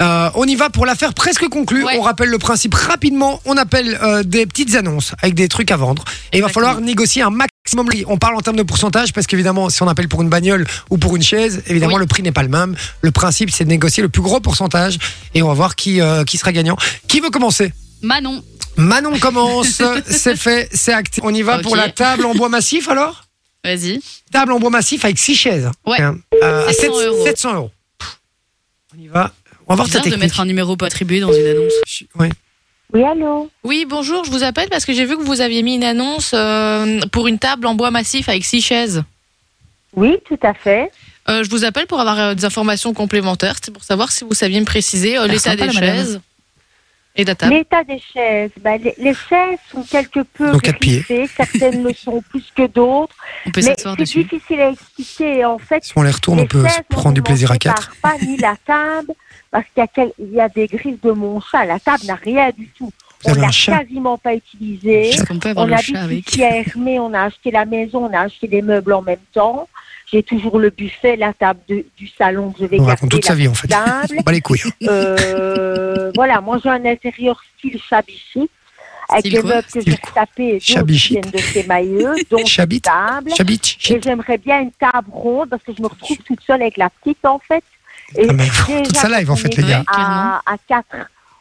Euh, on y va pour l'affaire presque conclue. Ouais. On rappelle le principe rapidement. On appelle euh, des petites annonces avec des trucs à vendre. Et il va Exactement. falloir négocier un maximum. de prix. On parle en termes de pourcentage parce qu'évidemment, si on appelle pour une bagnole ou pour une chaise, évidemment, Oui. le prix n'est pas le même. Le principe, c'est de négocier le plus gros pourcentage et on va voir qui, euh, qui sera gagnant. Qui veut commencer Manon. Manon commence. c'est fait, c'est acté. On y va pour Ok. la table en bois massif alors Vas-y. Table en bois massif avec 6 chaises. Ouais. Hein, euh, à 700 700 euros. euros. Pff, On y va. On va voir ta Bizarre de technique. mettre un numéro pas attribué dans une annonce. Ch- ouais. Oui, allô Oui, bonjour, je vous appelle parce que j'ai vu que vous aviez mis une annonce euh, pour une table en bois massif avec six chaises. Oui, tout à fait. Euh, je vous appelle pour avoir euh, des informations complémentaires, c'est pour savoir si vous saviez me préciser euh, Elle l'état ressemble des pas, Ah, la madame. chaises et de la table. L'état des chaises. Bah, les, les chaises sont quelque peu Donc, quatre pieds. griffées. Certaines le sont plus que d'autres. On peut Mais s'asseoir c'est dessus. difficile à expliquer. En fait, Si on les retourne, on les peut chaises se prendre du n'ont plaisir à commencé 4. par Pas ni la table, parce qu'il y, a quel- il y a des griffes de mon chat. La table n'a rien du tout. Vous on avez l'a un chat quasiment pas utilisée. Est-ce qu'on peut avoir On le a chat dit avec ici à Hermé, on a acheté la maison, on a acheté les meubles en même temps. J'ai toujours le buffet, la table de- du salon que je vais On garder, raconte toute la sa vie en fait. table. Pas les couilles. Euh, voilà, moi j'ai un intérieur style chabichi, avec Style des quoi meubles que Style j'ai quoi retapés et d'autres qui Chabichi. viennent de chez Mailleux, donc une Chabit table. Chabit Et j'aimerais bien une table ronde parce que je me retrouve toute seule avec la petite en fait. Et Ah, mais déjà, toute sa live, en fait, quand les on gars. était À, à quatre,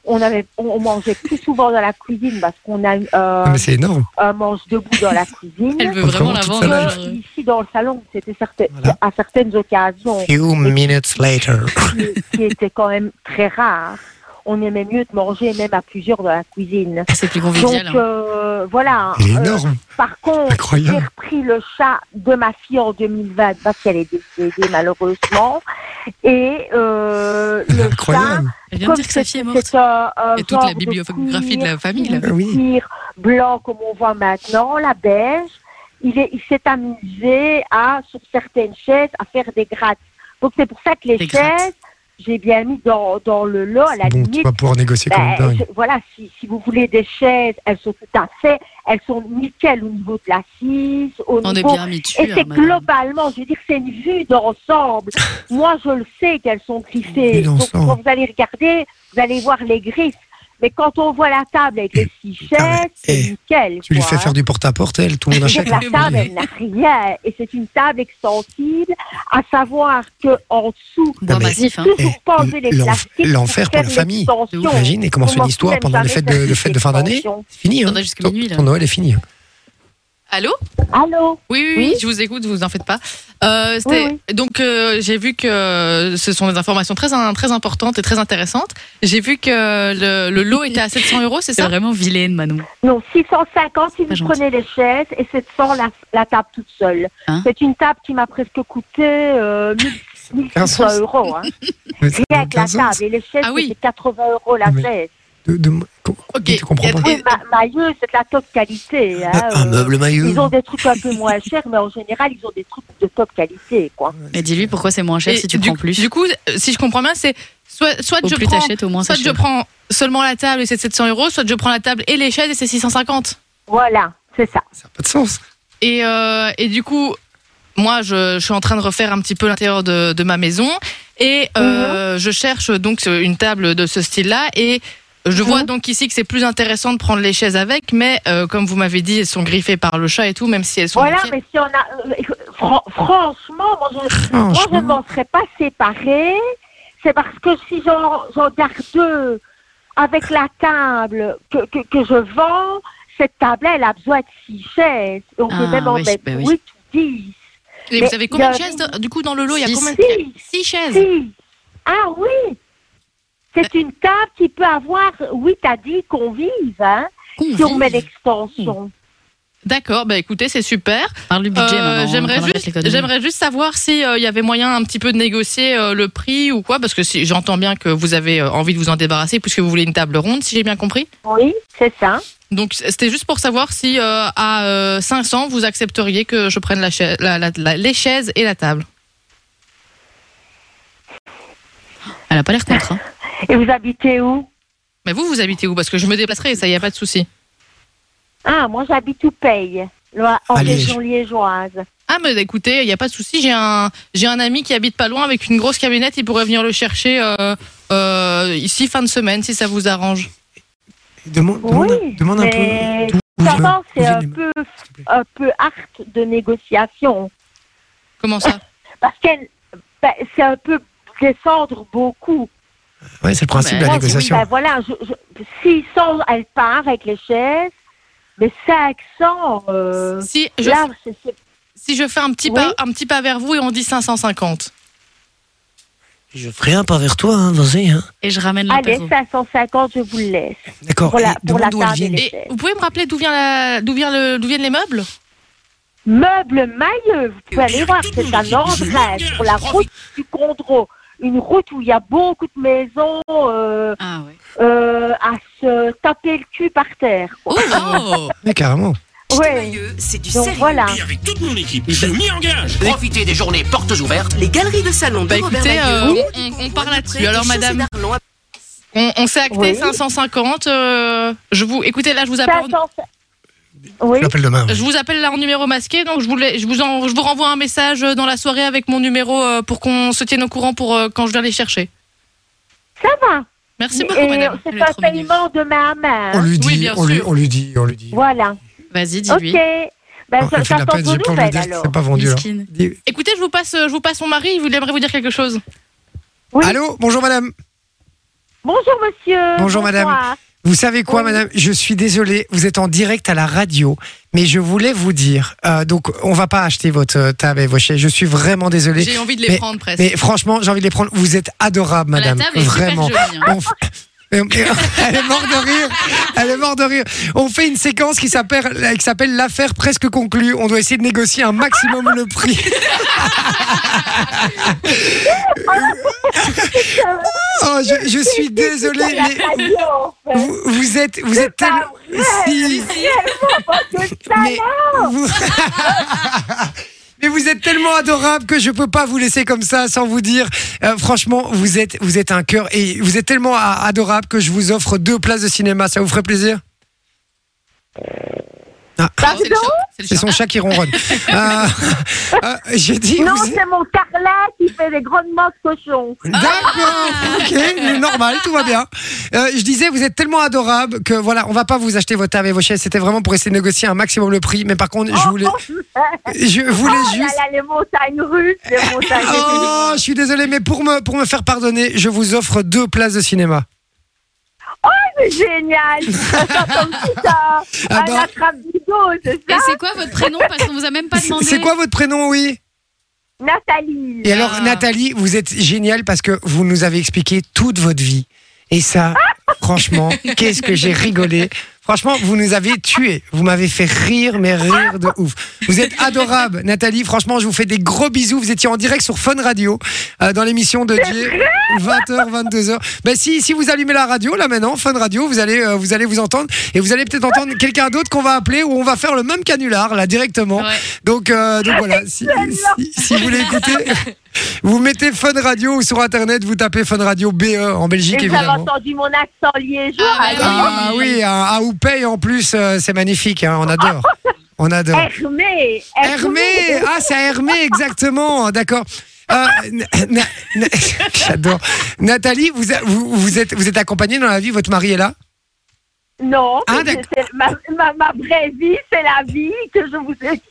on, avait, on, on mangeait plus souvent dans la cuisine parce qu'on a euh, Ah, Mais c'est énorme. un mange debout dans la cuisine. Elle veut Comment vraiment la toute vendre. seule genre, Que euh, ici dans le salon, c'était certain- Voilà. à certaines occasions Few minutes later. qui, qui était quand même très rare. On aimait mieux de manger même à plusieurs dans la cuisine. C'est plus Donc convivial. hein. euh, voilà. Il est Euh, énorme. par contre, j'ai Incroyable. repris le chat de ma fille en 2020 parce qu'elle est décédée malheureusement. Et euh, le chat, Incroyable. Elle vient de comme dire que sa fille est c'est- morte. c'est un- un Et toute la genre de bibliographie de la famille, là. Ah Oui. cuir blanc comme on voit maintenant, la beige, il est- il s'est amusé à, sur certaines chaises, à faire des grattes. Donc c'est pour ça que les Des grattes. chaises, j'ai bien mis dans, dans le lot, à la Bon, tu limite. vas pouvoir négocier comme ben, une dingue. je- voilà, si, si vous voulez des chaises, elles sont tout à fait, elles sont nickel au niveau de l'assise, au On est niveau... bien habitué. Et c'est globalement, je veux dire, c'est une vue d'ensemble. Moi, je le sais qu'elles sont Une vue griffées. Donc, d'ensemble. quand vous allez regarder, vous allez voir les griffes. Mais quand on voit la table avec les six Putain, chaises, c'est eh, nickel. Tu lui quoi, fais hein. faire du porte-à-porte, elle, tout le monde Je veux achète. dire, la Oui. table, elle n'a rien. Et c'est une table extensible, à savoir qu'en dessous, Bois Non, mais- massif. hein. toujours Eh, pas enlever les l'enf- plastiques. l'enfer pour faire la famille. l'extension. Imagine, et commence On une m'en histoire fout pendant même les jamais fêtes faire de, une de fête de fin d'année. extension. C'est fini, hein. Attendez jusqu'à Ton, minuit, là. ton Noël est fini. Allô Allô oui, oui, oui, je vous écoute, vous en faites pas. Euh, c'était- Oui, Donc euh, j'ai vu que euh, ce sont des informations très, in- très importantes et très intéressantes. J'ai vu que euh, le, le lot était à 700 euros, c'est C'est ça vraiment vilaine, Manon. Non, 650 si Pas vous gentil. prenez les chaises et 700 la, la table toute seule. Hein c'est une table qui m'a presque coûté euh, 1000 aucun 1600 sens. euros. Hein. Mais ça n'a Rien que aucun la sens. table et les chaises, Ah oui. c'était 80 euros la Mais- chaise. De- de- co- Ok. Tu comprends pas. Et- Oui, ma, maillot, c'est de la top qualité. hein, Un euh, meuble maillot. Ils ont des trucs un peu moins chers, mais en général, ils ont des trucs de top qualité. quoi. Mais dis-lui pourquoi c'est moins cher Et si tu du, prends plus. Du coup, euh, si je comprends bien, c'est soit, soit Au je plus prends, t'achètes, au moins soit c'est je cher. prends seulement la table et c'est 700 euros, soit je prends la table et les chaises et c'est 650. Voilà, c'est ça. Ça n'a pas de sens. Et, euh, et du coup, moi, je, je suis en train de refaire un petit peu l'intérieur de, de ma maison et euh, Mhm. je cherche donc une table de ce style-là et je vois Mhm. donc ici que c'est plus intéressant de prendre les chaises avec, mais euh, comme vous m'avez dit, elles sont griffées par le chat et tout, même si elles sont Voilà, nickel. mais si on a. euh, fran- franchement, moi, je, Moi, je ne Franchement. m'en serais pas séparée. C'est parce que si j'en j'en garde deux avec la table que, que, que je vends, cette table elle a besoin de six chaises. On peut Ah, même en oui, mettre ben oui. huit ou dix. Et mais vous avez il y combien a- de chaises de- du coup dans le lot Il y a Six. combien de... Six, Six chaises. six. Ah oui C'est Euh. une table qui peut avoir huit à dix convives, hein, si on met Convive. l'extension. D'accord, bah écoutez, c'est super. Parle du budget Euh, maintenant. hein, on J'aimerais parle avec juste, l'économie. j'aimerais juste savoir si euh, il y avait moyen un petit peu de négocier euh, le prix ou quoi, parce que si, j'entends bien que vous avez euh, envie de vous en débarrasser puisque vous voulez une table ronde, si j'ai bien compris. Oui, c'est ça. Donc c'était juste pour savoir si euh, à euh, 500 vous accepteriez que je prenne la chaise- la- la- la- les chaises et la table. Elle a pas l'air contre. hein. Et vous habitez où Mais vous, vous habitez où Parce que je me déplacerai, ça y a pas de souci. Ah, moi j'habite où paye. Loin- en Allez. région liégeoise. Ah, mais écoutez, il n'y a pas de souci. J'ai un, j'ai un ami qui habite pas loin avec une grosse camionnette. Il pourrait venir le chercher euh, euh, ici fin de semaine si ça vous arrange. Demande, Oui, demande, demande un mais peu. d'où- d'où je- Comment d'où c'est un viennent les- peu, s'il te plaît. un peu art de négociation Comment ça Parce qu'elle, ben, c'est un peu descendre beaucoup. Ouais, c'est le principe de Mais la Moi, je dis, négociation. ben voilà, je, je, 600, elle part avec les chaises, mais 500, euh, Si je, là, c'est- c'est- si je fais un petit, Oui. pas, un petit pas vers vous et on dit 550. Je ferai un pas vers toi, hein, vas-y. Hein. Et je ramène allez, l'apéro. 550, je vous le laisse. D'accord. pour la- Et pour la Demande d'où elles table et viennent. les- Et vous pouvez me rappeler d'où vient la, d'où vient le, d'où viennent les meubles Meuble mailleux, vous pouvez aller voir, c'est un endroit sur la route du Condro. Une route où il y a beaucoup de maisons euh, Ah ouais. euh, à se taper le cul par terre. quoi. Oh Ouais, carrément. Ouais. Mailleux, c'est du Donc sérieux. voilà. Et avec toute mon équipe, je m'y engage. Profitez des journées portes ouvertes. Les galeries de salon de Bah, Robert écoutez, Maillot, euh, haut du on- on Congrès part de là-dessus. Prêt, Alors, chaussée madame- d'Arlon, à On, on s'est acté Oui. 550. euh, je vous, écoutez, là, je vous appelle. 500 Oui, Je l'appelle demain. Je vous appelle là en numéro masqué, donc je vous, l'ai- je vous, en- je vous renvoie un message euh, dans la soirée avec mon numéro euh, pour qu'on se tienne au courant pour euh, quand je viens les chercher. ça va. Merci beaucoup, Et madame. Elle c'est est un trop mignonne. paiement de main à main. On hein. lui Oui, dit, bien on lui, sûr. on lui dit, on lui dit. Voilà. Vas-y, dis-lui. Ok. Ben, Elle je- fait de la peine, j'attends vos j'ai pas envie de nouvelles dire que ben, alors. c'est pas vendu. hein. Miskine. Dis- Écoutez, je vous passe, euh, je vous passe mon mari. Il aimerait vous dire quelque chose. Oui. Allô, bonjour madame. Bonjour monsieur. Bonjour, madame. Bonsoir. Vous savez quoi, Oui. madame Je suis désolé, vous êtes en direct à la radio, mais je voulais vous dire. euh, donc, on va pas acheter votre euh, table et vos chaises. Je suis vraiment désolé. J'ai envie de les mais- prendre presque. Mais franchement, j'ai envie de les prendre. Vous êtes adorable, La madame. table est super Vraiment. jolie, hein. On f- Elle est morte de rire. Elle est morte de rire. On fait une séquence qui s'appelle euh, qui s'appelle l'affaire presque conclue. On doit essayer de négocier un maximum le prix. Oh, je, je suis désolé, mais Radio, en fait. vous, vous êtes vous êtes pas tellement si, Votre salle, mais vous... Mais vous êtes tellement adorable que je peux pas vous laisser comme ça sans vous dire. euh, franchement, vous êtes, vous êtes un cœur et vous êtes tellement a- adorable que je vous offre deux places de cinéma. Ça vous ferait plaisir Ah, Ah, Oh, c'est le chat- c'est le C'est chat. son chat qui ronronne. Euh, euh, J'ai dit. Non, vous- c'est mon Carla qui fait des grognements de cochon. D'accord, ok, normal, tout va bien. Euh, je disais, vous êtes tellement adorable que voilà, on va pas vous acheter vos tables et vos chaises. C'était vraiment pour essayer de négocier un maximum le prix. Mais par contre, je voulais, je voulais Oh là juste. là, les montagnes russes, les montagnes russes. Oh, je suis désolé, mais pour me, pour me faire pardonner, je vous offre deux places de cinéma. C'est génial. Comme ça, Ah un bah. attrape du dos, c'est Et ça c'est quoi votre prénom Parce qu'on vous a même pas demandé. C'est quoi votre prénom, oui Nathalie. Et alors, Ah. Nathalie, vous êtes géniale parce que vous nous avez expliqué toute votre vie. Et ça, franchement, qu'est-ce que j'ai rigolé. Franchement, vous nous avez tués. Vous m'avez fait rire, mais rire de ouf. Vous êtes adorable, Nathalie. Franchement, je vous fais des gros bisous. Vous étiez en direct sur Fun Radio, euh, dans l'émission de Jay, 20h, 22h. Ben, si, si vous allumez la radio, là maintenant, Fun Radio, vous allez, euh, vous allez vous entendre. Et vous allez peut-être entendre quelqu'un d'autre qu'on va appeler ou on va faire le même canular, là, directement. Ouais. Donc, euh, donc voilà, si, si- si vous voulez écouter, vous mettez Fun Radio ou sur Internet, vous tapez Fun Radio BE en Belgique, Et vous avez évidemment. entendu mon accent liégeois. Ah, bah alors. Ah oui, à, à Oupey en plus, euh, c'est magnifique, hein, on adore. On adore. Hermé. Hermé, ah c'est à Hermé, exactement, d'accord. Euh, Na- Na- Na- J'adore. Nathalie, vous, a- vous, vous êtes, vous êtes accompagnée dans la vie, votre mari est là Non, Ah, mais d'accord. c'est ma, ma, ma vraie vie, c'est la vie que je vous ai expliquée.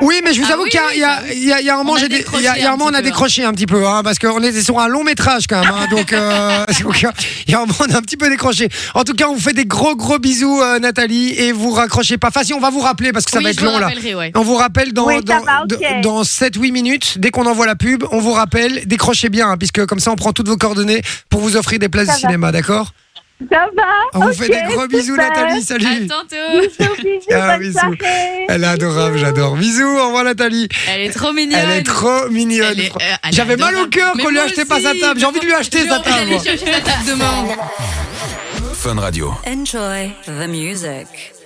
Oui, mais je vous Ah avoue oui, qu'il y a- oui, il y, a- il y a- il y a un moment, On a j'ai dé- il y a, il y a un décroché moment, un on a petit peu, décroché un petit peu, hein, parce qu'on était sur un long métrage quand même. hein, donc, euh, donc, il y a un moment, on a un petit peu décroché. En tout cas, on vous fait des gros gros bisous, euh, Nathalie, et vous raccrochez pas. Enfin, si, on va vous rappeler parce que ça Oui, va être je vous long là. rappellerai, ouais. On vous rappelle dans, Oui, ça dans, va, ok. dans- dans 7-8 minutes, dès qu'on envoie la pub, on vous rappelle, décrochez bien, hein, puisque comme ça on prend toutes vos coordonnées pour vous offrir des places Ça de va. cinéma, d'accord Ça va On vous Ok, fait des gros bisous, super. Nathalie, salut À tantôt. Bisous, bisous, Ah, bonne bisous. soirée. Elle est adorable, j'adore. Bisous, au revoir Nathalie. Elle est trop mignonne. Elle est trop mignonne. Elle est- euh, elle est J'avais mal au adorable. cœur Mais qu'on lui moi achetait pas aussi, sa table. J'ai envie de lui acheter J'ai sa envie d'aller table. moi. chercher sa table demain. Fun Radio. Enjoy the music.